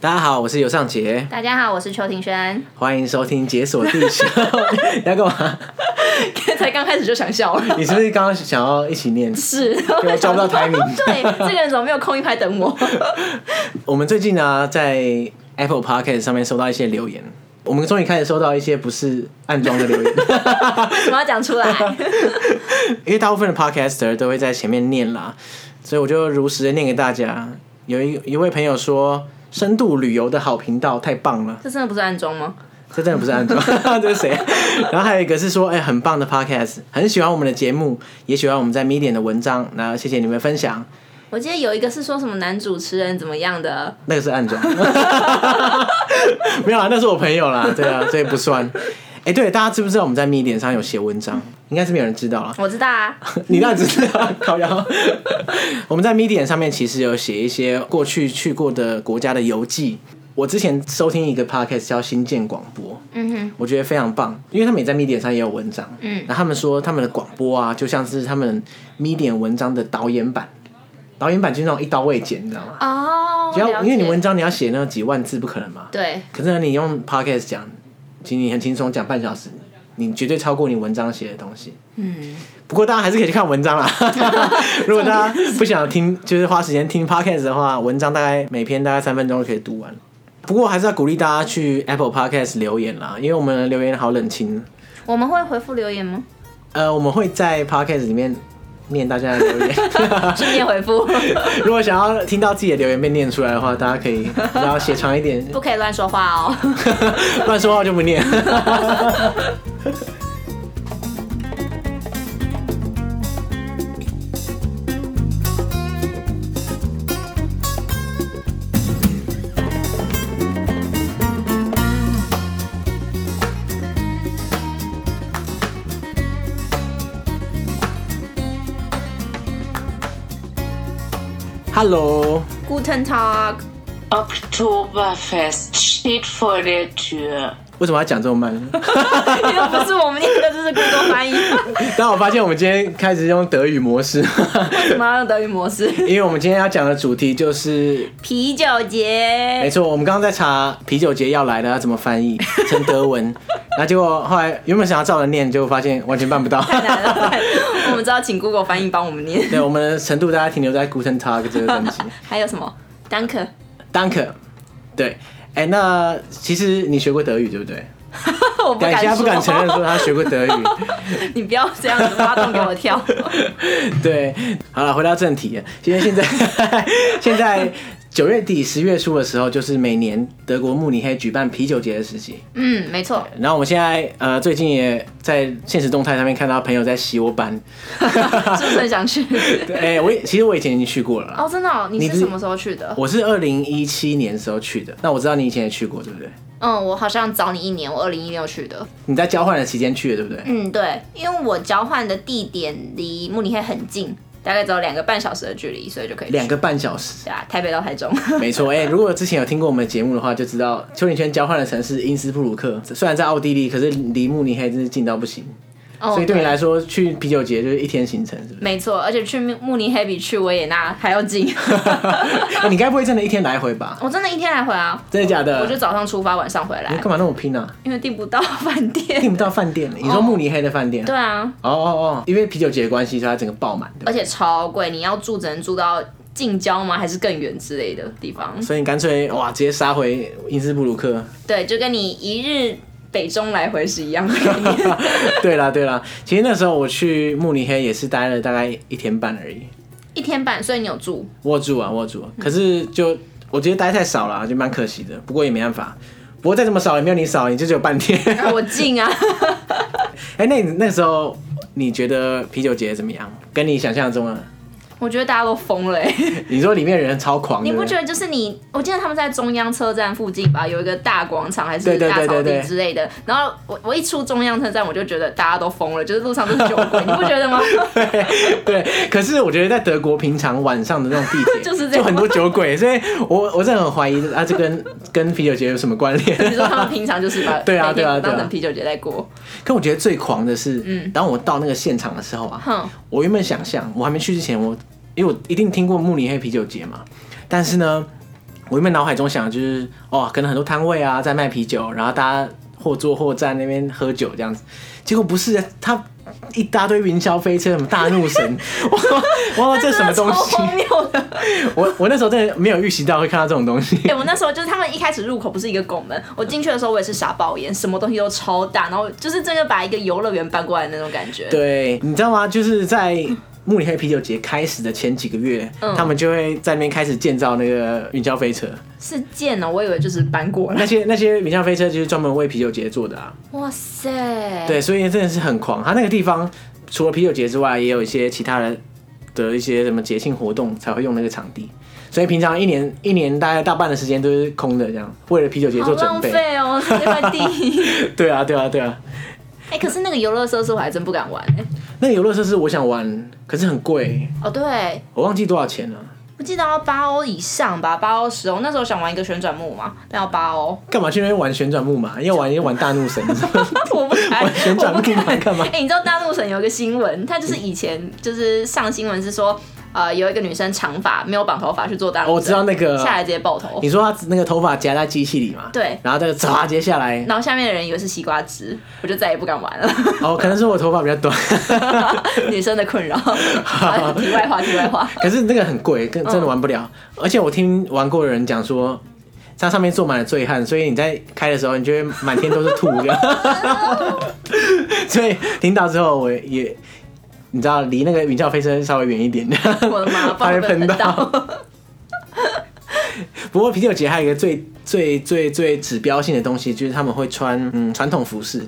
大家好，我是尤尚杰，大家好，我是邱庭轩，欢迎收听《解锁地球》。你要干嘛？ 才刚开始就想笑了。你是不是刚刚想要一起念？是，我啊抓不到 timing 对，这个人怎么没有空一拍等我？ 我们最近呢、在 Apple Podcast 上面收到一些留言，我们终于开始收到一些不是暗装的留言， 为什么要讲出来？因为大部分的 Podcaster 都会在前面念啦，所以我就如实的念给大家。有一一位朋友说，深度旅游的好频道太棒了。这真的不是暗中吗？这真的不是暗装， 这是谁？然后还有一个是说，哎、很棒的 podcast，很喜欢我们的节目，也喜欢我们在 Medium 的文章，然后谢谢你们分享。我记得有一个是说什么男主持人怎么样的，那个是暗装， 没有啊，那是我朋友啦，对啊，所以不算。哎、对，大家知不知道我们在 Medium 上有写文章？应该是没有人知道啦。 我知道啊，你那只是烤羊。我们在 Medium 上面其实有写一些过去去过的国家的游记。我之前收听一个 podcast 叫《新建广播》，嗯哼，我觉得非常棒，因为他们也在 Medium 上也有文章，嗯，然后他们说他们的广播啊，就像是他们 Medium 文章的导演版，导演版就是那种一刀未剪，你知道吗？哦，只要了因为你解文章你要写那几万字，不可能嘛，对，可是呢，你用 podcast 讲，其实你很轻松讲半小时，你绝对超过你文章写的东西。嗯。不过大家还是可以去看文章 啦。如果大家不想听，就是花时间听 podcast 的话，文章大概每篇大概三分钟就可以读完。不过还是要鼓励大家去 Apple Podcast 留言啦，因为我们的留言好冷清。我们会回复留言吗？呃，我们会在 Podcast 里面念大家的留 言。顺便回 复，如果想要听到自己的留言被念出来的话，大家可以然后写长一点，不可以乱说话 哦。乱说话就不念。Hello， Guten Tag， Oktoberfest steht vor der Tür. 为什么要讲这么慢？ 又不是我们念的，这是 Google 翻译，为当我发现我们今天开始用德语模式，什么要用德语模式？ 因为我们今天要讲的主题就是，啤酒节没，错，我们刚刚在查啤酒节要来了要怎么翻译成德 文，那结果后来原本想要照着念，结果发现完全办不 到。太难了，哎我们知道请 Google 翻译帮我们 念。对，我们的程度大概停留在 Guten Tag 这个等 级还有什么？Danke， ，Danke。对，哎、那其实你学过德语对不对？ 我不感敢谢他说，不敢承认说他学过德语。 你不要这样子挖洞给我 跳。 对，好了，回到正题，其实现在 现在九月底十月初的时候，就是每年德国慕尼黑举办啤酒节的时期。嗯，没错，然后我们现在呃最近也在现实动态上面看到朋友在洗我板，是不是很想去？对哎、我也其实我以前已经去过了啦。 哦，真的、哦，你你是是什么时候去的？我是二零一七年的时候去的，那我知道你以前也去过，对不对？嗯，我好像早你一年，我二零一六去的。你在交换的期间去的，对不对？嗯，对，因为我交换的地点离慕尼黑很近，大概只有两个半小时的距离，所以就可以去两个半小时，对啊，台北到台 中。没错。哎、如果之前有听过我们的节目的话，就知道邱林轩交换的城市因斯布鲁克，虽然在奥地利，可是离慕尼黑真是近到不行。哦所以对你来说，去啤酒节就是一天行程，是不是？没错，而且去慕慕尼黑比去维也纳还要 近。 哎你该不会真的一天来回吧？我真的一天来回啊，真的假的？哦我就早上出发，晚上回你来干，嘛那么拼啊？因为订不到饭店。订不到饭店，你说慕尼黑的饭店？对啊，哦哦哦，因为啤酒节的关系，所以它整个爆满，对吧而且超贵，你要住只能住到近郊吗？还是更远之类的地方？所以你干脆哇，直接杀回因斯布鲁 克。 对，就跟你一日北中来回是一样的概 念。对啦对啦，其实那时候我去慕尼黑也是待了大概一天半而已，一天半，所以你有住握住啊握住啊，可是就我觉得待太少了啊，就蛮可惜的。不过也没办法，不过再怎么少也没有你少，你就只有半 天。啊我近啊。哎、那你那时候你觉得啤酒节怎么样？跟你想象中的，我觉得大家都疯了、欸，你说里面人超狂，你对不对觉得？就是你，我记得他们在中央车站附近吧，有一个大广场还是对对对大草对对地之类的。然后我我一出中央车站，我就觉得大家都疯了，就是路上都是酒鬼，你不觉得吗？ 对，可是我觉得在德国平常晚上的那种地铁 就是这样很多酒鬼，所以我我真的很怀疑啊，这跟跟啤酒节有什么关 你说联？他们平常就是把对啊每对天啊对啊当成啤酒节在过，可我觉得最狂的是，当我到那个现场的时候啊，嗯哼我原本想象我还没去之前我，因为我一定听过慕尼黑啤酒节嘛，但是呢，我原本脑海中想的就是，哦，可能很多摊位啊在卖啤酒，然后大家或坐或站那边喝酒这样子。结果不是，他一大堆云霄飞车，什么大怒 神，我我我这什么东西超？荒谬的！我我那时候真的没有预习到会看到这种东西。哎、我那时候就是他们一开始入口不是一个拱门，我进去的时候我也是傻爆眼，什么东西都超大，然后就是真的把一个游乐园搬过来的那种感觉。，对，你知道吗？就是在慕尼黑啤酒节开始的前几个月，嗯他们就会在那边开始建造那个云霄飞车。是贱哦、我以为就是搬过那来。些那些云霄飞车就是专门为啤酒节做的啊。哇塞！对，，所以真的是很狂。它那个地方除了啤酒节之外，也有一些其他的的一些什么节庆活动才会用那个场地。所以平常一年一年大概大半的时间都是空的，这样为了啤酒节好做准浪备。费哦、这块地。对啊，对啊，对啊。 哎、可是那个游乐设施我还真不敢玩、哎那个游乐设施我想玩，可是很贵，哦，对，我忘记多少钱了、我记得要八欧以上吧，八欧十欧。那时候想玩一个旋转木马，但要八欧， 干嘛去那边玩旋转木马？要玩就玩大怒神，你知道吗我不 敢玩旋转木马干嘛哎、？你知道大陆省有一个新闻，它就是以前就是上新闻是说，呃，有一个女生长发没有绑头发去做大陆哦我知道那个下来直接爆头你，说他那个头发夹在机器里嘛？对然后这个唰接下来，然后下面的人以为是西瓜汁，我就再也不敢玩了。 哦，可能是我头发比较短， 女生的困扰。好题外话，题外话。可是那个很贵，跟真的玩不了。嗯而且我听玩过的人讲说，它上面坐满了醉汉，所以你在开的时候，你就会满天都是吐的。 所以听到之后，我也你知道离那个云霄飞车稍微远一点， 我的妈，不怕会然会被喷喷到。到。不过啤酒节还有一个最最最最指标性的东西，就是他们会穿嗯传统服饰。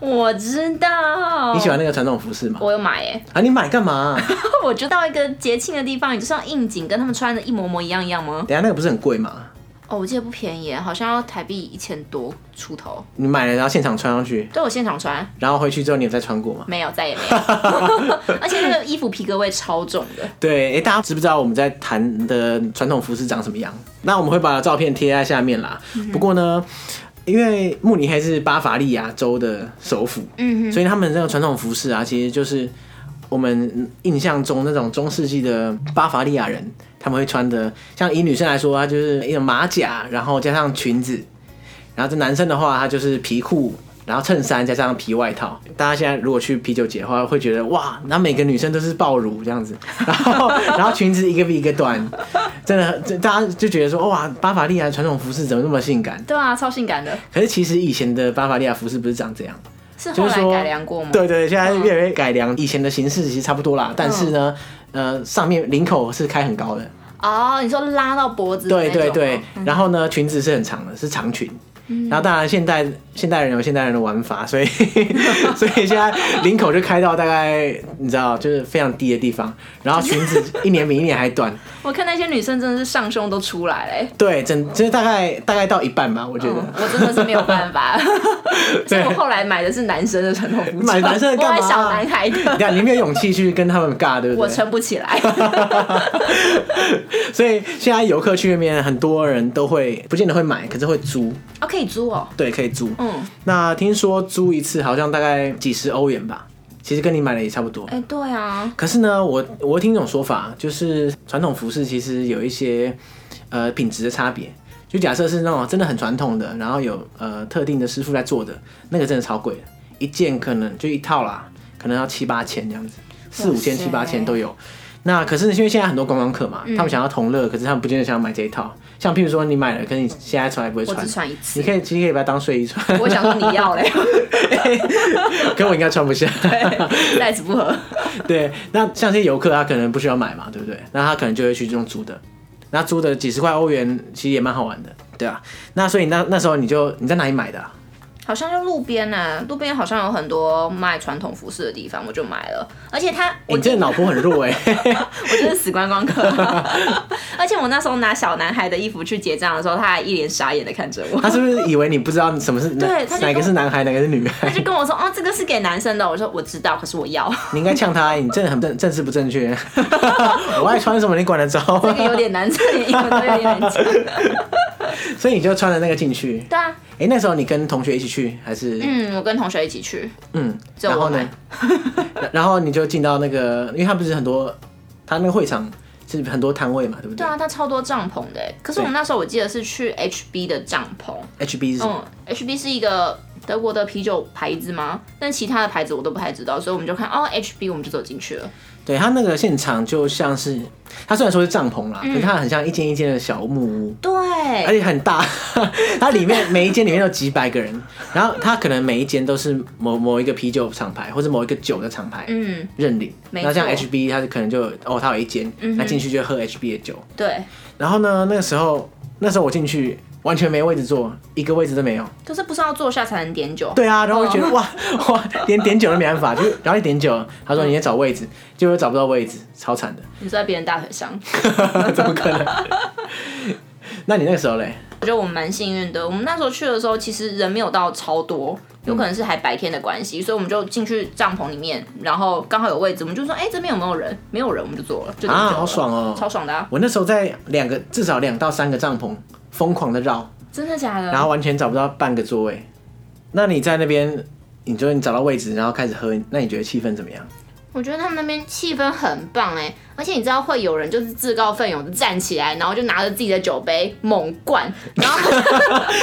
我知道。你喜欢？那个传统服饰吗？我有买耶、 啊，你买干嘛、我就到一个节庆的地方，你就是要应景，跟他们穿的一模模一样一样吗？等一下那个不是很贵吗？哦，我记得不便宜耶，好像要台币一千多出头。你买了然后现场穿上去，对我现场穿，然后回去之后你有再穿过吗？没有，再也 没有。而且那个衣服皮革味超重的，对，哎、大家知不知道我们在谈的传统服饰长什么样？那我们会把照片贴在下面啦。不过呢，因为慕尼黑是巴伐利亚州的首府，嗯所以他们这个传统服饰啊，其实就是我们印象中那种中世纪的巴伐利亚人，他们会穿的，像以女生来说，她就是一种马甲，然后加上裙子，然后这男生的话，他就是皮裤。然后衬衫加上皮外套，大家现在如果去啤酒节的话，会觉得哇，那每个女生都是爆乳这样子， 然后然后裙子一个比一个短，真的，这大家就觉得说哇，巴伐利亚传统服饰怎么那么性感？对啊，超性感的，可是其实以前的巴伐利亚服饰不是长这样，是后就是来说改良过吗？对对，现在越来越改良，以前的形式其实差不多啦，但是呢，呃，上面领口是开很高的，哦，你说拉到脖子的那对种哦嗯对吗对，然后呢，裙子是很长的，是长裙。嗯然后当然现代现代人有现代人的玩法，所以 所以现在领口就开到大概你知道就是非常低的地方，然后裙子一年比一年还短，我看那些女生真的是上胸都出来了 欸。对，整就是大概大概到一半吧，我觉得。嗯，我真的是没有办 法，所以我后来买的是男生的传统服装，买男生的干嘛我买小男孩你 的，看，你没有勇气去跟他们尬，对不对？我撑不起来。 所以现在游客去那边，很多人都会不见得会买，可是会租，哦，可以租哦，对，可以租。嗯，那听说租一次好像大概几十欧元吧，其实跟你买的也差不多。哎，对啊，可是呢，我我听一种说法，就是传统服饰其实有一些呃品质的差别。就假设是那种真的很传统的，然后有呃特定的师傅在做的，那个真的超贵的，一件可能就一套啦，可能要七八千这样子，四五千、七八千都有。那可是因为现在很多观光客嘛，嗯他们想要同乐，可是他们不见得想要买这一套。像譬如说你买了，可是你现在穿也不会我穿只，穿一次你。可以其实可以把它当睡衣穿，我想说你要 嘞， 可我应该穿不下。袋子不合。 对，那像这些游客他可能不需要买嘛，对不对？那他可能就会去用租的，那租的几十块欧元其实也蛮好玩的，对啊。那所以那那时候你就你在哪里买的啊、好像就路边呢、啊路边好像有很多卖传统服饰的地方，我就买了。而且它，欸我你这脑波很弱哎、 我就是死观光客。而且我那时候拿小男孩的衣服去结账的时候，他还一脸傻眼的看着 我 他，是不是以为你不知道什么是哪对他就哪个是男孩，哪个是女他孩？ 就跟我说：“哦，这个是给男生的。”我说：“我知道，可是我要。 你应该呛他，你真的很正政治不正确。我爱穿什么你管得 着吗？”这个有点难，这个英文都有点难讲。所以你就穿了那个进去。对啊，哎、那时候你跟同学一起去还是嗯，我跟同学一起去，嗯，只有 然后我呢买，然后你就进到那个，因为他不是很多，他那个会场是很多摊位嘛，对不对对啊，它超多帐篷的欸。可是我们那时候我记得是去 HB 的帐篷， ？HB 是什么嗯，HB 是一个德国的啤酒牌子吗？但其他的牌子我都不太知道，所以我们就看哦 HB，我们就走进去了。对，它那个现场就像是，它虽然说是帐篷嗯啦，可是它很像一间一间的小木屋。而对，且很大， 它里面每一间里面有几百个人，然后它可能每一间都是某某一个啤酒厂牌或者某一个酒的厂牌嗯，认领，没然后像错嗯 HB 它可能就有哦，它有一间，那进去就喝 HB 的酒，对。然后呢，那个时候那时候我进去完全没位置坐，一个位置都没有。可是不是要坐下才能点酒？对啊，然后我就哦觉得、哇哇，连点酒都没办法，就然后一点酒，他嗯说你先找位置，结果找不到位置，超惨的，你坐在别人大腿上。 怎么可能？那你那个时候嘞？我觉得我们蛮幸运的。我们那时候去的时候，其实人没有到超多，有可能是还白天的关系，所以我们就进去帐篷里面，然后刚好有位置，我们就说：“哎、这边有没有人？没有人，我们就坐了。就点酒了”啊好爽哦超爽的、啊！我那时候在两个至少两到三个帐篷疯狂的绕，真的假的？然后完全找不到半个座位。那你在那边，你觉得你找到位置，然后开始喝，那你觉得气氛怎么样？我觉得他们那边气氛很棒哎、而且你知道会有人就是自告奋勇的站起来，然后就拿着自己的酒杯猛灌，然后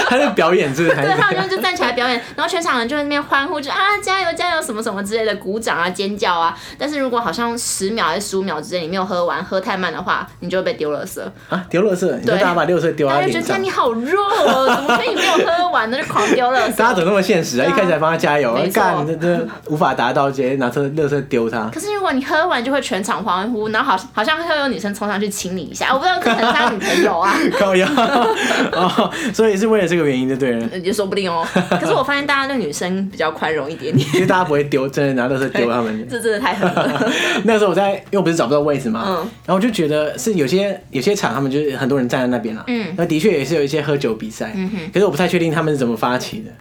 他在表演是不是？ 对，他们就就站起来表演，然后全场人就在那边欢呼，就啊加油加油什么什么之类的，鼓掌啊尖叫啊。但是如果好像十秒还是十五秒之内你没有喝完，喝太慢的话，你就会被丢垃圾。啊，丢垃圾，你说大家把垃圾丢大在家就脸觉得天上啊你，好弱哦，怎么可以没有喝完呢就狂丢垃大家圾？怎么那么现实啊？对一啊开始还帮他加油，没错干这这无法达到，直接拿车垃圾丢他。可是如果你喝完就会全场欢呼，然后好好像会有女生冲上去亲你 一下，我不知道可能是他女朋友啊。高腰 哦，所以是为了这个原因就对了。也说不定 哦。 可是我发现大家对女生比较宽容一点点， 其实大家不会丢，真的拿垃圾丢他们。这真的太 狠了。那时候我在，因为我不是找不到位置嘛，嗯然后我就觉得是有些有些场他们就是很多人站在那边啦，嗯那的确也是有一些喝酒比赛，可是我不太确定他们是怎么发起的，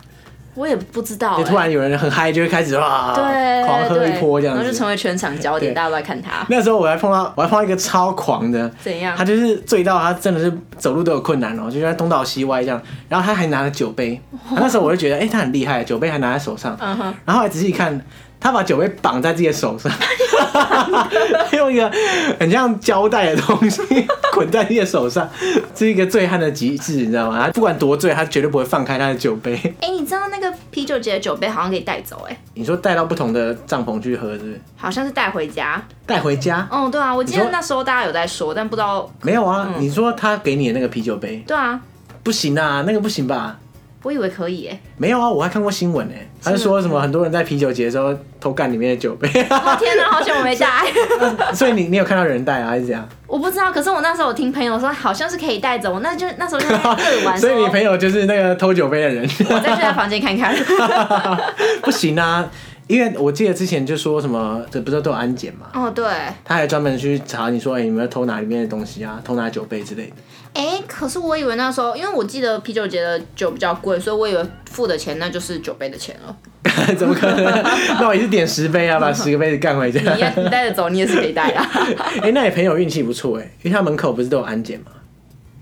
我也不知道、就欸，突然有人很嗨，就会开始哇，对啊狂喝一波这样对然后就子。成为全场焦点，对大家都在看他。那时候我还碰到，我还碰到一个超狂的，怎样他就是醉到他真的是走路都有困难哦，就在东倒西歪这样。然后他还拿了酒杯，那时候我就觉得，哎、他很厉害，酒杯还拿在手上。 嗯哼，然后还仔细一看，他把酒杯绑在自己的手上， 用一个很像胶带的东西 捆在自己的手上，这是一个醉汉的极致，你知道吗？他不管多醉，他绝对不会放开他的酒杯。哎、你知道那个啤酒节的酒杯好像可以带走、哎，你说带到不同的帐篷去喝，是不是？好像是带回家。带回家？哦，对啊，我记你得说那时候大家有在说，但不知道。没有啊，嗯你说他给你的那个啤酒杯对啊，不行啊，那个不行吧？我以为可以、 哎，没有啊，我还看过新闻呢、他是说什么很多人在啤酒节的时候偷干里面的酒杯， 哦天哪，好险我没带。所以你你有看到有人带啊，还是怎样？我不知道，可是我那时候我听朋友说好像是可以带走，我那就那时候就在那里 玩，所以你说朋友就是那个偷酒杯的人。 我再去他房间看看。不行啊，因为我记得之前就说什么，这不是都有安检嘛？哦，对。他还专门去查你说，哎、你们偷拿里面的东西啊，偷拿酒杯之类的。哎、可是我以为那时候，因为我记得啤酒节的酒比较贵，所以我以为付的钱那就是酒杯的钱了。 怎么可能？那我也是点十杯啊，把十个杯子干回家。你要你带着走，你也是可以带啊。 哎、那你朋友运气不错哎、因为他门口不是都有安检嘛？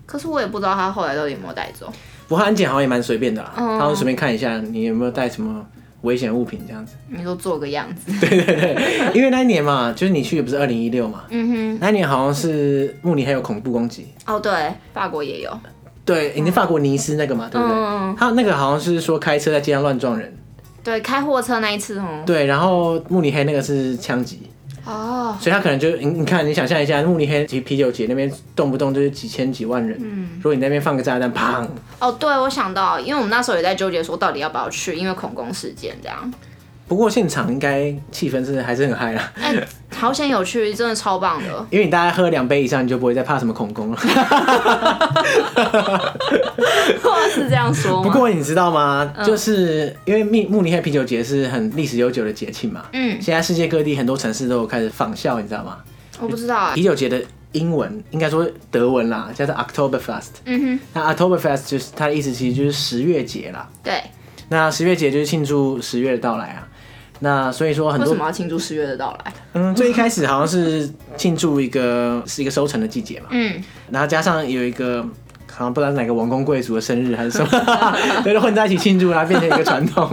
可是我也不知道他后来到底有没有带走。不过安检好像也蛮随便的啦，嗯他会随便看一下你有没有带什么危险物品这样子。 你说做个样子，对对对，因为那一年嘛，就是你去的不是二零一六嘛，嗯那一年好像是慕尼黑有恐怖攻击，哼，哦对，法国也有，对，你是法国尼斯那个嘛，对不对？嗯他那个好像是说开车在街上乱撞人，对，开货车那一次哦，对，然后慕尼黑那个是枪击，哦，所以他可能就你你看，你想象一下，慕尼黑其实啤酒节那边动不动就是几千几万人，如果你那边放个炸弹，砰，哦对，我想到，因为我们那时候也在纠结说到底要不要去，因为恐攻事件这样。不过现场应该气氛是还是很嗨啦，哎、 好险有去，真的超棒的。因为你大概喝两杯以上，你就不会再怕什么恐攻了。 是这样说吗？不过你知道吗？嗯就是因为慕慕尼黑啤酒节是很历史悠久的节庆嘛，嗯现在世界各地很多城市都有开始仿效，你知道吗？我不知道、哎，啤酒节的英文应该说德文啦，叫做 Oktoberfest。嗯那 Oktoberfest 就是它的意思，其实就是十月节啦。哼，对，那十月节就是庆祝十月的到来啊。那所以说很为什多么要庆祝十月的到来？嗯，最一开始好像是庆祝一个是一个收成的季节嘛，嗯，然后加上有一个好像不知道是哪个王公贵族的生日还是 什么， 对，就混在一起庆祝，然后变成一个传统。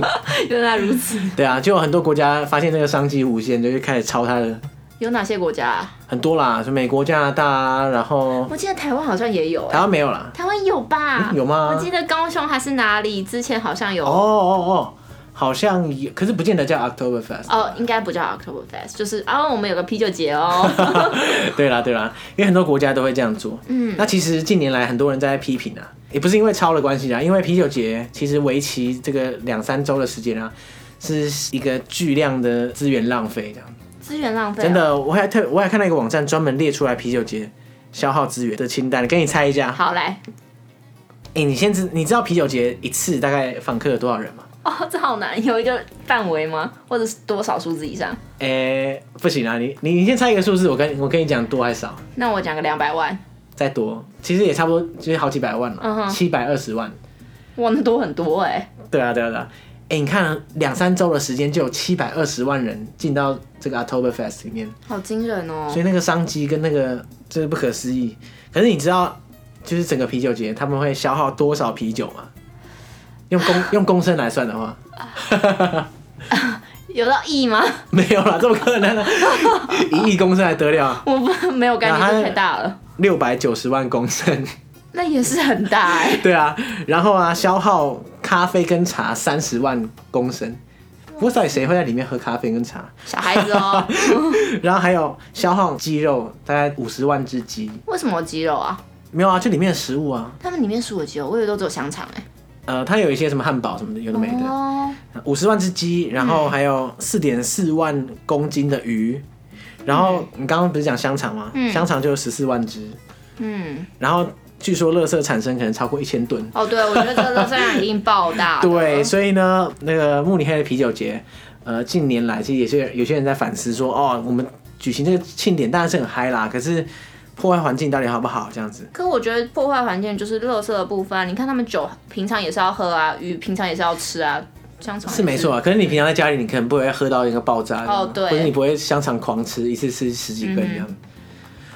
原来如此。对啊，就有很多国家发现这个商机无限，就开始抄它的 有哪些国家、啊？很多啦，就美国、加拿大啊，然后我记得台湾好像也有、台欸，湾没有啦。台湾有吧、嗯有吗我记得高雄还是哪里，之前好像有。哦哦哦哦，好像也，可是不见得叫 October Fest。哦应该不叫 October Fest，就是啊、我们有个啤酒节哦。 对啦对啦，因为很多国家都会这样做。嗯，那其实近年来很多人在批评啊，也不是因为超的关系啊，因为啤酒节其实为期这个两三周的时间啊，是一个巨量的资源浪费这样。资源浪费、哦真，的，我还特我还看到一个网站专门列出来啤酒节消耗资源的清单，跟你猜一下。哎、好来你先知你知道啤酒节一次大概访客有多少人吗？哦， 这好难，有一个范围吗？或者是多少数字以上？哎、不行啊，你你你先猜一个数字，我跟我跟你讲多还少，那我讲个两百万，再多其实也差不多，就是好几百万嗯了，哼七百二十万。哇，那多很多哎、对啊，对啊，对啊。哎、你看两三周的时间就有七百二十万人进到这个 Oktoberfest 里面，好惊人哦所。以那个商机跟那个真是不可思议。可是你知道，就是整个啤酒节他们会消耗多少啤酒吗？用公用公升来算的话， 有到亿吗？ 没有啦，怎么可能呢、 一亿公升还得了？我不没有概那它念，这太大了。六百九十万公升， 那也是很大哎、对啊。然后啊，消耗咖啡跟茶三十万公升。不过到底谁会在里面喝咖啡跟茶？ 小孩子 哦。然后还有消耗鸡肉，大概五十万只鸡。为什么有鸡肉啊？没有啊，就里面的食物啊，他们里面是有鸡肉，我以为都只有香肠哎、呃，它有一些什么汉堡什么的，有的没的。哦，五十万只鸡，然后还有四点四万公斤的鱼，然后你刚刚不是讲香肠吗？香肠就有十四万只，嗯，然后据说垃圾产生可能超过一千吨。哦，对，我觉得这个热量一定爆大的。 对，所以呢，那个慕尼黑的啤酒节，呃，近年来其实有些有些人在反思说，哦，我们举行这个庆典当然是很嗨啦，可是破坏环境到底好不好？这样子。可我觉得破坏环境就是垃圾的部分啊、你看他们酒平常也是要喝啊，鱼平常也是要吃啊，香肠也是没错。啊，可是你平常在家里，你可能不会喝到一个爆炸，嗯哦对或者你不会香肠狂吃，一次吃十几根这样。嗯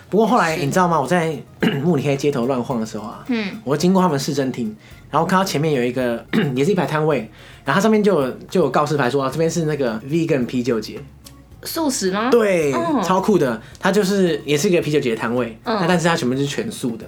不过后来是你知道吗？我在 慕尼黑街头乱晃的时候啊，嗯，我经过他们市政厅，然后看到前面有一个 也是一排摊位，然后它上面就有就有告示牌说、啊、这边是那个 vegan 啤酒节，素食吗？，对，哦超酷的。它就是也是一个啤酒节的摊位，嗯那但是它全部是全素的。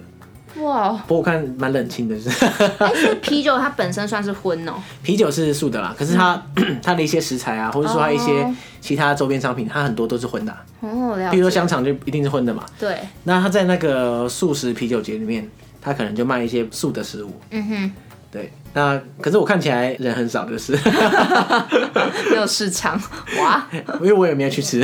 哇，不过我看蛮冷清的，就是 哎，所以啤酒它本身算是荤哦、啤酒是素的啦，可是它 它的一些食材啊，或者说它一些嗯哦其他周边商品，它很多都是混的啊、哦，了解。比如说香肠就一定是混的嘛。对，那它在那个素食啤酒节里面，它可能就卖一些素的食物。嗯哼，对，那可是我看起来人很少，就是没有市场，哇， 因为我也没有去吃。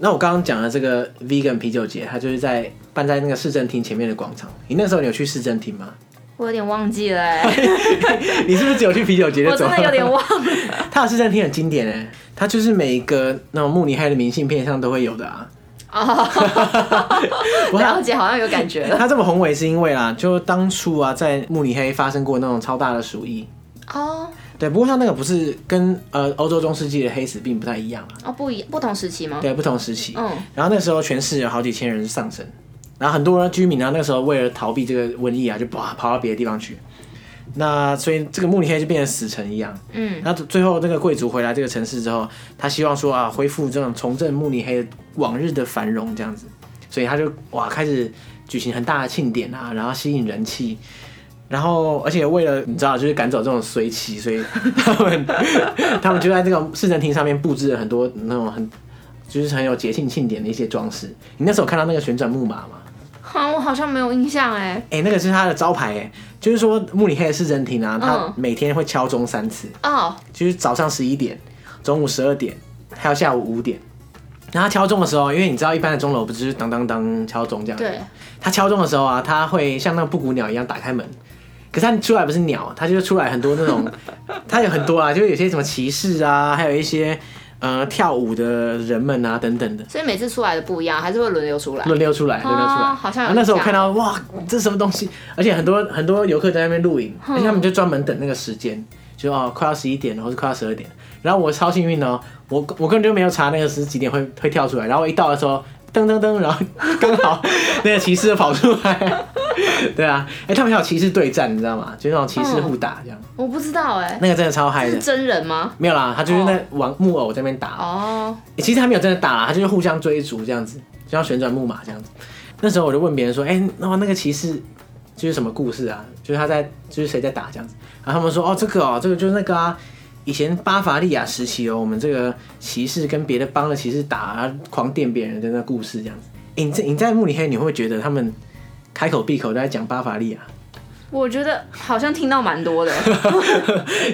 那我刚刚讲的这个 vegan 啤酒节，它就是在办在那个市政厅前面的广场。你那时候你有去市政厅吗？ 我有点忘记了、哎你是不是只有去啤酒节就我走真了？的有点忘了。 它的市政厅很经典哎、它就是每一个那种慕尼黑的明信片上都会有的 啊。哦，了解，好像有感觉了。它这么宏伟是因为啦，就当初啊，在慕尼黑发生过那种超大的鼠疫。哦对，不过它那个不是跟呃欧洲中世纪的黑死病不太一样啊，哦，不一不同时期吗？对，不同时期。嗯然后那时候全市有好几千人丧生，然后很多居民呢，啊那时候为了逃避这个瘟疫啊，就跑跑到别的地方去。那所以这个慕尼黑就变成死城一样。嗯，那最后那个贵族回来这个城市之后，他希望说啊，恢复这种重振慕尼黑往日的繁荣这样子，所以他就哇开始举行很大的庆典啊，然后吸引人气。然后，而且为了你知道，就是赶走这种随气，所以他们 他们就在这个市政厅上面布置了很多那种很就是很有节庆庆典的一些装饰。你那时候有看到那个旋转木马吗？好、我好像没有印象哎。哎、那个是它的招牌哎，就是说慕尼黑的市政厅啊，它嗯每天会敲钟三次，哦，就是早上十一点、中午十二点，还有下午五点。然后他敲钟的时候，因为你知道一般的钟楼不是就是当当当敲钟这样？对。，他敲钟的时候啊，他会像那个布谷鸟一样打开门，可是他出来不是鸟，他就是出来很多那 种，他有很多啊，就是有些什么骑士啊，还有一些呃跳舞的人们啊等等的。所以每次出来的不一样，还是会轮流出来。轮流出来，轮流出来。哦好像然有后那时候我印象看到哇，这是什么东西？而且很多很多游客在那边露营，嗯而且他们就专门等那个时间，就哦快要十一点了，或是快要十二点。然后我超幸运哦，我我根本就没有查那个是几点会 会跳出来，然后我一到的时候。噔噔噔，然后 刚好那个骑士就跑出来，对啊，哎、他们还有骑士对战，你知道吗？就那种骑士互打这样，我不知道哎、那个真的超嗨的是。真人吗？没有啦，他就是在玩木偶这边打。哦，欸其实他没有真的打啦，他就是互相追逐这样子，就像旋转木马这样子。那时候我就问别人说：“哎、那那个骑士就是什么故事啊？就是他在就是谁在打这样子？”然后他们说：“哦，这个哦，这个就是那个啊，以前巴伐利亚时期哦，我们这个骑士跟别的帮的骑士打，然后狂电别人的那故事这样子。欸”你在你在慕尼黑，你会不会觉得他们开口闭口都在讲巴伐利亚？ 我觉得好像听到蛮多的，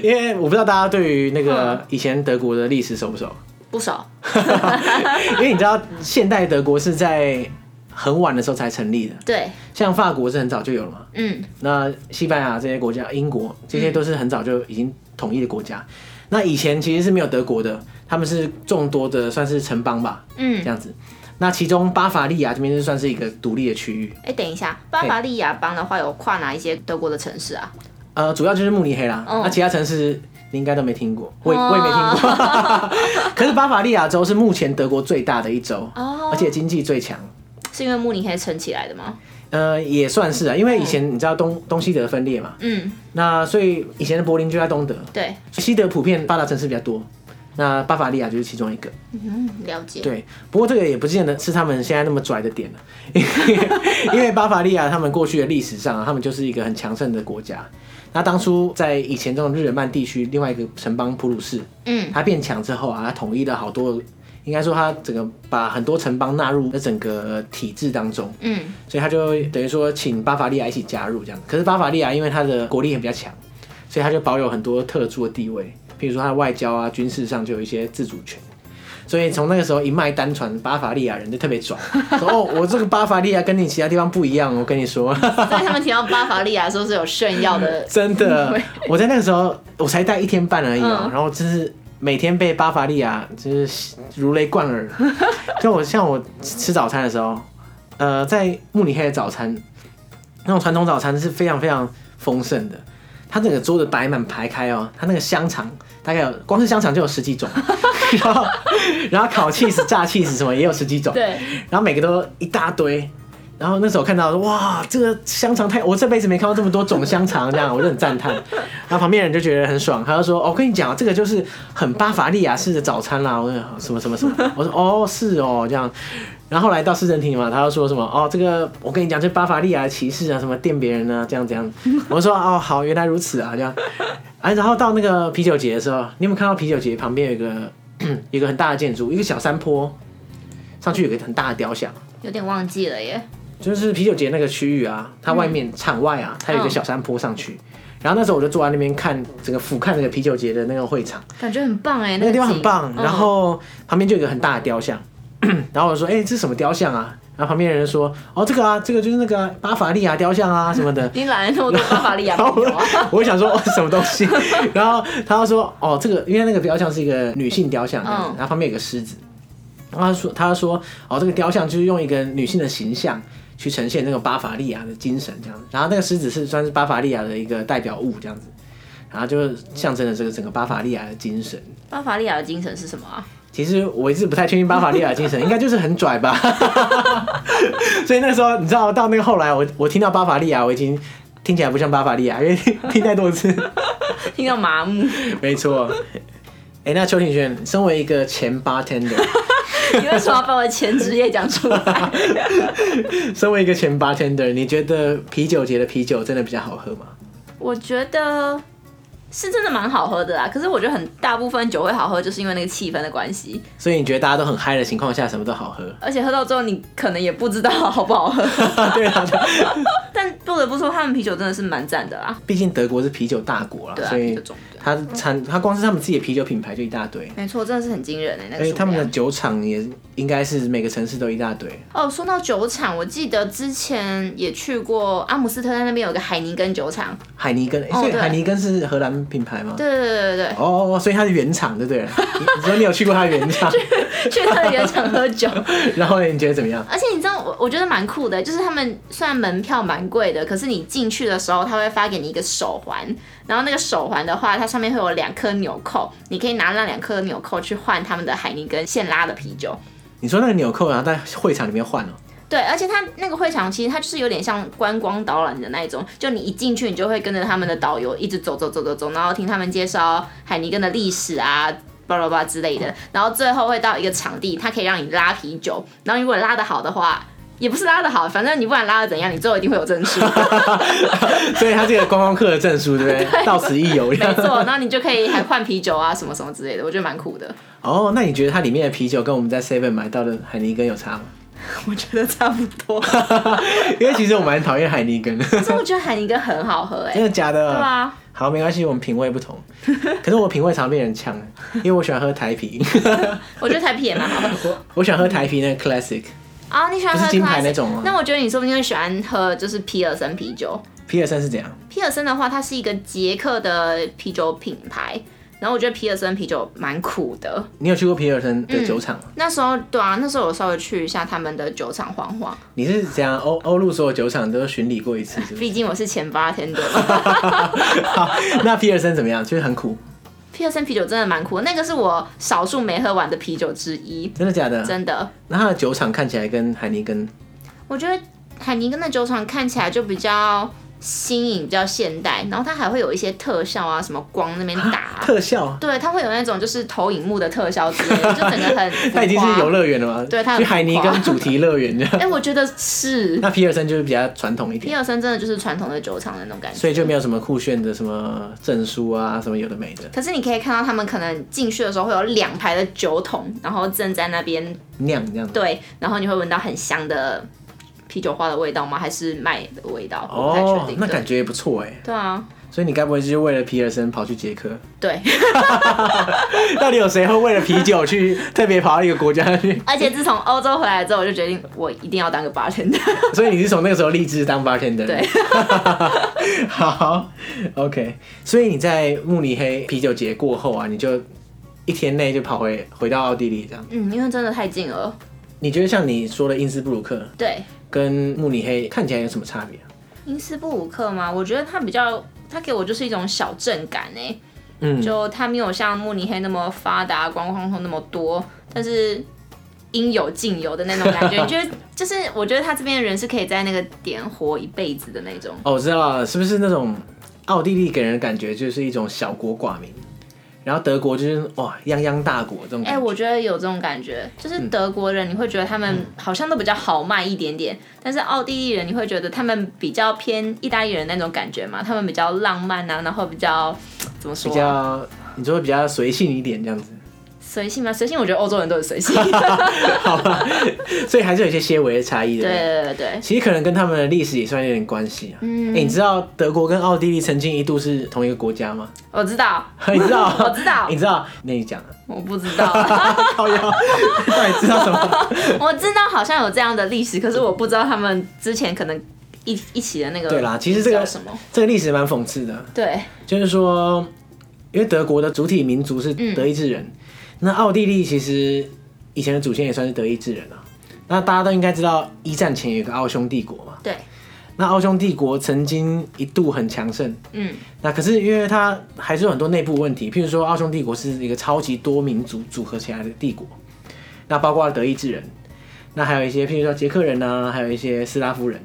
因为我不知道大家对于那个以前德国的历史熟不熟？不少。 因为你知道，现代德国是在很晚的时候才成立的，对，像法国是很早就有了嘛，嗯，那西班牙这些国家、英国这些都是很早就已经统一的国家。那以前其实是没有德国的，他们是众多的算是城邦吧，嗯这样子。那其中巴伐利亚这边就算是一个独立的区域，哎、等一下，巴伐利亚邦的话有跨哪一些德国的城市啊？呃，主要就是慕尼黑啦。嗯那其他城市你应该都没听过，我也哦我也没听过。 可是巴伐利亚州是目前德国最大的一州，哦而且经济最强。是因为慕尼黑撑起来的吗？呃，也算是啊，因为以前你知道东东西德分裂嘛，嗯，那所以以前的柏林就在东德，对，西德普遍发达城市比较多，那巴伐利亚就是其中一个。嗯，了解。对，不过这个也不见得是他们现在那么拽的点了，啊因为因为 巴伐利亚他们过去的历史上、啊，他们就是一个很强盛的国家。那当初在以前这种日耳曼地区，另外一个城邦普鲁士，嗯，它变强之后啊，它统一了好多，应该说它整个把很多城邦纳入那整个呃体制当中。嗯，所以他就等于说请巴伐利亚一起加入这样。可是巴伐利亚因为它的国力也比较强，所以他就保有很多特殊的地位，譬如说它的外交啊、军事上就有一些自主权。所以从那个时候一脉单传，巴伐利亚人就特别爽， 说哦，我这个巴伐利亚跟你其他地方不一样，我跟你说，，所以他们提到巴伐利亚的时候是有炫耀的 真 的，我在那个时候我才待一天半而已哦、嗯然后真是每天被巴伐利亚就是如雷贯 耳。就我像我吃早餐的时候，呃，在慕尼黑的早餐，那种传统早餐是非常非常丰盛的。它整个桌子摆满排开哦，它那个香肠大概有，光是香肠就有十几 种，然后然后烤 cheese、炸 cheese 什么也有十几种，对，然后每个都一大堆。然后那时候看到说哇，这个香肠太，我这辈子没看到这么多种香肠，这样我就很赞叹。然后旁边人就觉得很爽，他就说：“哦、我跟你讲啊，这个就是很巴伐利亚式的早餐啦。”我说：“什么什么什么？”我说：“哦，是哦，这样。”然后后来到市政厅嘛，他又说什么哦，这个我跟你讲，这巴伐利亚的骑士啊，什么电别人啊，这样这样。我说哦，好，原来如此啊，这样。哎、然后到那个啤酒节的时候，你有没有看到啤酒节旁边有一个 有一个很大的建筑，一个小山坡，上去有一个很大的雕像，有点忘记了耶。就是啤酒节那个区域啊，嗯它外面、场外啊，它有一个小山坡上去。然后那时候我就坐在那边看整个俯瞰那个啤酒节的那个会场，感觉很棒哎，那个那个地方很景棒。嗯然后旁边就有一个很大的雕像， 然后我说：“哎、这是什么雕像啊？”然后旁边的人说：“哦，这个啊，这个就是那个巴伐利亚雕像啊什么的。”你来那么多巴伐利亚然后朋友啊， 我我想说、哦、什么东西，然后他就说哦，这个因为那个雕像是一个女性雕像，这样子嗯然后旁边有个狮子，然后他说他说哦，这个雕像就是用一个女性的形象去呈现那个巴伐利亚的精神这样子，然后那个狮子是算是巴伐利亚的一个代表物这样子，然后就象征了这个整个巴伐利亚的精神。巴伐利亚的精神是什么啊？其实我一直不太确定巴伐利亚的精神，应该就是很拽吧。 所以那时候你知道，到那个后来我我听到巴伐利亚，我已经听起来不像巴伐利亚，因为听太多次。听到 麻木，没错。哎、那邱庭轩，身为一个前 bartender，你为什么要把我的前职业讲出来？身为一个前 bartender，你觉得啤酒节的啤酒真的比较好喝吗？我觉得是真的蛮好喝的啦，啊可是我觉得很大部分酒会好喝，就是因为那个气氛的关系，？所以你觉得大家都很嗨的情况下，什么都好喝 而且喝到最后你可能也不知道好不好喝。 对啊，对啊但不得不说，他们啤酒真的是蛮赞的啊啦。毕竟德国是啤酒大国啦，对啊所啤以酒重对它产它光是他们自己的啤酒品牌就一大堆，没错，真的是很惊人哎、那而个且数他们的量。酒厂也应该是每个城市都一大堆。哦，说到酒厂，我记得之前也去过阿姆斯特丹那边有个海尼根酒厂，海尼根，诶所以哦对海尼根是荷兰品牌吗？对对对对对，哦，所以它是原厂，对不对了？你 你说你有去过它的原 厂，去他的原厂喝酒。 然后呢你觉得怎么样？而且你知道，我我觉得蛮酷的，就是他们虽然门票蛮贵的，可是你进去的时候，他会发给你一个手环，然后那个手环的话，它上面会有两颗纽扣，你可以拿那两颗纽扣去换他们的海尼根现拉的啤酒。啊你说那个纽扣，然后在会场里面换哦，对，而且它那个会场其实它就是有点像观光导览的那一种，就你一进去，你就会跟着他们的导游一直走走走走走，然后听他们介绍海尼根的历史啊。巴拉巴拉之类的，然后最后会到一个场地，它可以让你拉啤酒，然后如果拉的好的话，也不是拉的好，反正你不管拉的怎样，你最后一定会有证 书。 所以他这个观光客的证书，对不 对？到此一游。这没样错，然后你就可以还换啤酒啊，什么什么之类的，我觉得蛮酷的。 哦，那你觉得它里面的啤酒跟我们在 Seven 买到的海尼根有差吗？ 我觉得差不多，因为其实我蛮讨厌海尼 根的，可是我觉得海尼根很好喝哎、真的假的？对啊，好，没关系，我们品味不同。可是我品味常被人呛，啊因为我喜欢喝台 啤，我觉得台啤也蛮好喝我喜欢喝台啤那个 classic 啊。你喜欢不喝是金牌 classic 那种吗那我觉得你说不定会喜欢喝就是皮尔森啤酒。皮尔森是怎样？皮尔森的话，它是一个捷克的啤酒品牌，然后我觉得皮尔森啤酒蛮苦的。你有去过皮尔森的酒厂吗？那时候对啊，那时候我稍微去一下他们的酒厂晃晃，你是怎样欧欧陆所有酒厂都巡礼过一次是不是？毕竟我是前 bartender。 好，那皮尔森怎么样？就是很苦，皮尔森啤酒真的蛮苦的，那个是我少数没喝完的啤酒之一，真的假的？真的。那它的酒厂看起来跟海尼根我觉得海尼根的酒厂看起来就比较新颖，比较现代，然后它还会有一些特效啊，什么光那边打啊、特效，对，它会有那种就是投影幕的特效之类的，就整个 很浮夸。它已经是游乐园了吗？对它很去海尼浮夸根主题乐园这样。 哎、我觉得是那皮尔森就是比较传统一皮点，尔森真的就是传统的酒厂的那种感觉，所以就没有什么酷炫的什么证书啊，什么有的没的可是你可以看到他们可能进去的时候会有两排的酒桶，然后正在那边酿这样子。对，然后你会闻到很香的啤酒花的味道吗？还是麦的味道？我不太确哦定。，那对感觉也不错哎。对啊，所以你该不会就是为了皮尔森跑去捷克？对， 到底有谁会为了啤酒去特别跑到一个国家去？而且自从欧洲回来之后，我就决定我一定要当个 bartender。所以你是从那个时候立志当 bartender？对， 好，OK。所以你在慕尼黑啤酒节过后啊，你就一天内就跑回回到奥地利这样。嗯，因为真的太近了。你觉得像你说的因斯布鲁克对，跟慕尼黑看起来有什么差别啊、因斯布鲁克嘛，我觉得它比较，它给我就是一种小镇感哎、嗯，就它没有像慕尼黑那么发达，观光客那么多，但是应有尽有的那种 感觉。你觉得就是我觉得他这边的人是可以在那个点活一辈子的那种。哦，我知道了，是不是那种奥地利给人的感觉就是一种小国寡民，然后德国就是哇泱泱大国这种哎、感觉。我觉得有这种感觉，就是嗯德国人你会觉得他们好像都比较豪迈一点点，但是奥地利人你会觉得他们比较偏意大利人那种感觉嘛，他们比较浪漫啊，然后比较怎么比说、啊？较，你说比较随性一点这样子，随性吗？随性，我觉得欧洲人都很随性。好吧？ 所以还是有一些些微的差异的。对对对对，其实可能跟他们的历史也算有点关系啊。嗯、你知道德国跟奥地利曾经一度是同一个国家吗？ 我知 道，你知道？我知道你知道？那你讲啊， 我不知道。靠腰， 到底知道什么？ 我知道好像有这样的历史，可是我不知道他们之前可能一一起的那个对啦其实这个叫什么？这个历史蛮讽刺的，啊对，就是说，因为德国的主体民族是德意志人，那奥地利其实以前的祖先也算是德意志人啊。那大家都应该知道，一战前有一个奥匈帝国嘛。对，那奥匈帝国曾经一度很强盛，嗯，那可是因为它还是有很多内部问题，譬如说奥匈帝国是一个超级多民族组合起来的帝国，那包括德意志人，那还有一些譬如说捷克人啊，还有一些斯拉夫人。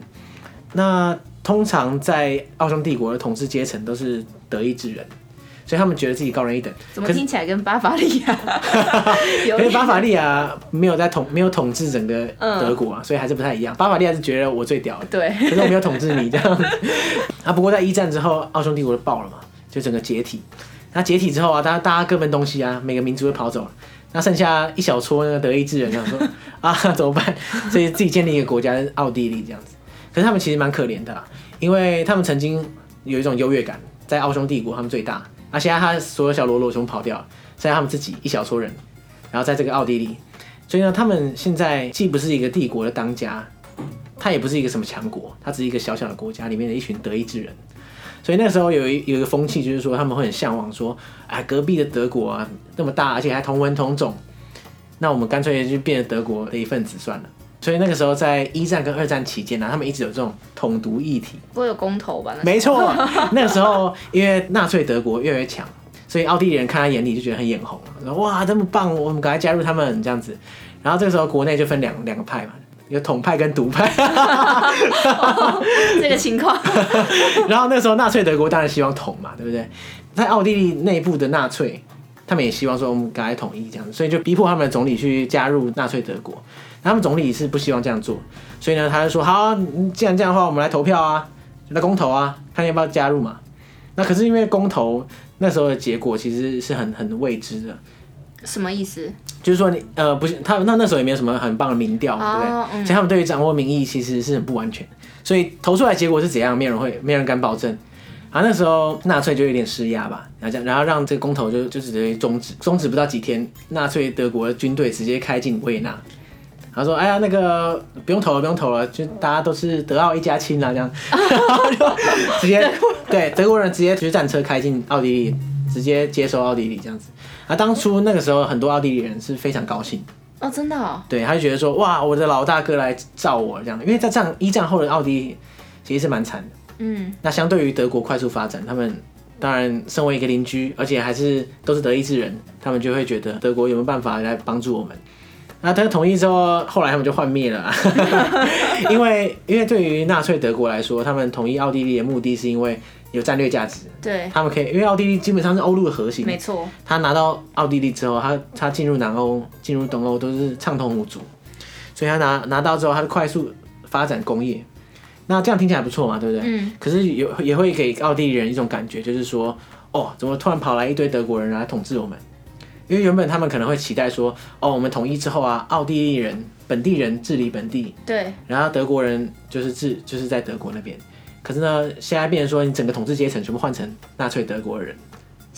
那通常在奥匈帝国的统治阶层都是德意志人，所以他们觉得自己高人一等。怎么可是听起来跟巴伐利亚有因为点巴伐利亚没有在统没有统治整个嗯德国啊，所以还是不太一样。巴伐利亚是觉得我最屌的，对可是我没有统治你这样子啊。不过在一战之后，奥匈帝国就爆了嘛，就整个解体。那解体之后啊，大家大家各奔东西啊，每个民族都跑走了。那剩下一小撮那个德意志人，想说啊怎么办？所以自己建立一个国家，奥地啊利这样子。可是他们其实蛮可怜的啦，因为他们曾经有一种优越感，在奥匈帝国他们最大，啊，现在他所有小罗罗熊跑掉了，剩下他们自己一小撮人，然后在这个奥地利，所以呢，他们现在既不是一个帝国的当家，它也不是一个什么强国，它只是一个小小的国家里面的一群德意志人。所以那时候有一有一个风气，就是说他们会很向往说，哎，隔壁的德国啊那么大，而且还同文同种，那我们干脆就变成德国的一份子算了。所以那个时候在一战跟二战期间呢、他们一直有这种统独议题。不会有公投吧？那没错，那个时候因为纳粹德国越来越强，所以奥地利人看他眼里就觉得很眼红，说哇这么棒，我们赶快加入他们这样子。然后这个时候国内就分两两个派嘛，有统派跟独派。这个情 况， 然后那时候纳粹德国当然希望统嘛，对不对？在奥地利内部的纳粹，他们也希望说我们赶快统一这样子，所以就逼迫他们的总理去加入纳粹德国。然后他们总理是不希望这样做，所以呢，他就说好，你既然这样的话，我们来投票啊，来公投啊，看要不要加入嘛。那可是因为公投那时候的结果其实是很很未知的，什么意思？就是说你呃不是他们那那时候也没有什么很棒的民调，对不对？哦嗯所以他们对于掌握民意其实是很不完全，所以投出来结果是怎样，没有人会没有人敢保证。然后那时候纳粹就有点施压吧，然后这样，然后让这个公投就就直接终止，终止不到几天，纳粹德国的军队直接开进维也纳，然后说：“哎呀，那个不用投了，不用投了，就大家都是德奥一家亲啊，这样。” 然后就直接对德国人直接就是战车开进奥地利，直接接收奥地利这样子。啊，当初那个时候很多奥地利人是非常高兴，哦，真的哦，对，他就觉得说：“哇，我的老大哥来罩我这样。”因为在战一战后的奥地利其实是蛮惨的。嗯，那相对于德国快速发展，他们当然身为一个邻居，而且还是都是德意志人，他们就会觉得德国有没有办法来帮助我们？那他统一之后，后来他们就幻灭了啊，因为因为对于纳粹德国来说，他们统一奥地利的目的是因为有战略价值，对，他们可以因为奥地利基本上是欧陆的核心，没错，他拿到奥地利之后，他他进入南欧、进入东欧都是畅通无阻，所以他拿拿到之后，他就快速发展工业。那这样听起来不错嘛，对不对？嗯。可是有也会给奥地利人一种感觉，就是说，哦，怎么突然跑来一堆德国人来统治我们？因为原本他们可能会期待说，哦，我们统一之后啊，奥地利人本地人治理本地，对，然后德国人就是治就是在德国那边。可是呢，现在变成说，你整个统治阶层全部换成纳粹德国人，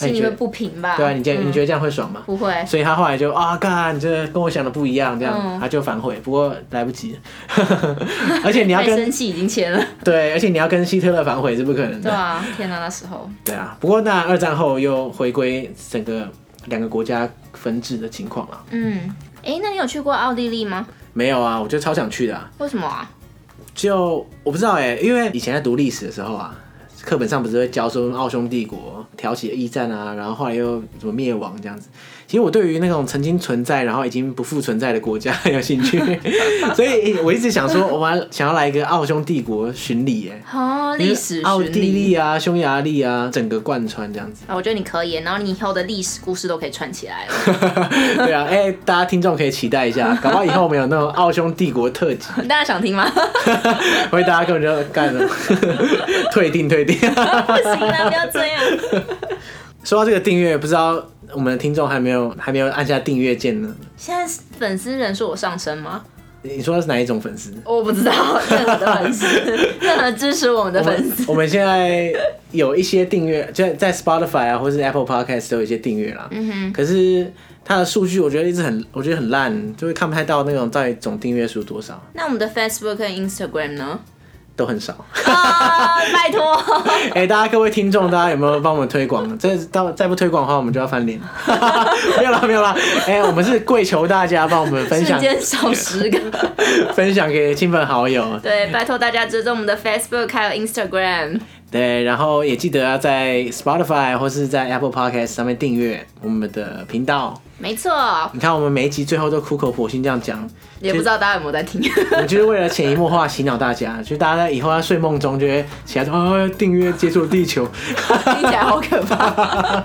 那心你里觉会得？不平吧？对啊，你觉得、你觉得得这样会爽吗？不会？所以他后来就啊，干，这跟我想的不一样，这样、嗯他就反悔，不过来不及了。 而且你要太跟生气已经签了，对，而且你要跟希特勒反悔是不可能 对的。啊，天哪，那时候对啊，不过那二战后又回归整个两个国家分治的情况了。嗯，哎、那你有去过奥地利吗？没有啊，我就超想去的、啊，为什么啊？就我不知道哎、因为以前在读历史的时候啊。课本上不是会教说奥匈帝国挑起一战啊，然后后来又怎么灭亡这样子。其实我对于那种曾经存在然后已经不复存在的国家很有兴趣， 所以我一直想说，我们想要来一个奥匈帝国巡礼哎、哦，历史奥巡地利啊、匈牙利啊，整个贯穿这样子。啊，我觉得你可以，然后你以后的历史故事都可以串起 来了。对啊，哎、大家听众可以期待一下，搞不好以后我们有那种奥匈帝国特辑， 你大家想听 吗？会大家根本就干了， 退订退订。不行啦，不要这样。说到这个订阅，不知道我们的听众还没有还没有按下订阅键呢？现在粉丝人数有上升吗？你说的是哪一种粉丝？我不知道，任何的 粉丝，任何支持我们的我粉们 丝。我们现在有一些订阅，就在 Spotify 啊，或是 Apple Podcast 都有一些订阅啦。嗯哼。可是它的数据，我觉得一直很，我觉得很烂，就会看不太到那种到底总订阅数多少，那我们的 Facebook 跟 Instagram 呢？都很少。啊，拜托，哎、大家各位听众，大家有没有帮我们推广？这到再不推广的话，我们就要翻脸。 没有啦，没有啦。哎、我们是跪求大家帮我们分瞬享，间少十个。分享给亲朋好友。对，拜托大家追踪我们的 Facebook 还有 Instagram。对，然后也记得要在 Spotify 或是在 Apple Podcast 上面订阅我们的频道。没错，你看，我们每一集最后都苦口婆心这样讲，也不知道大家有没有在 听。我们就是为了潜移默化洗脑大家，就大家在以后在睡梦中就会 起来说：“哦，订阅解锁地球。”听起来好可怕。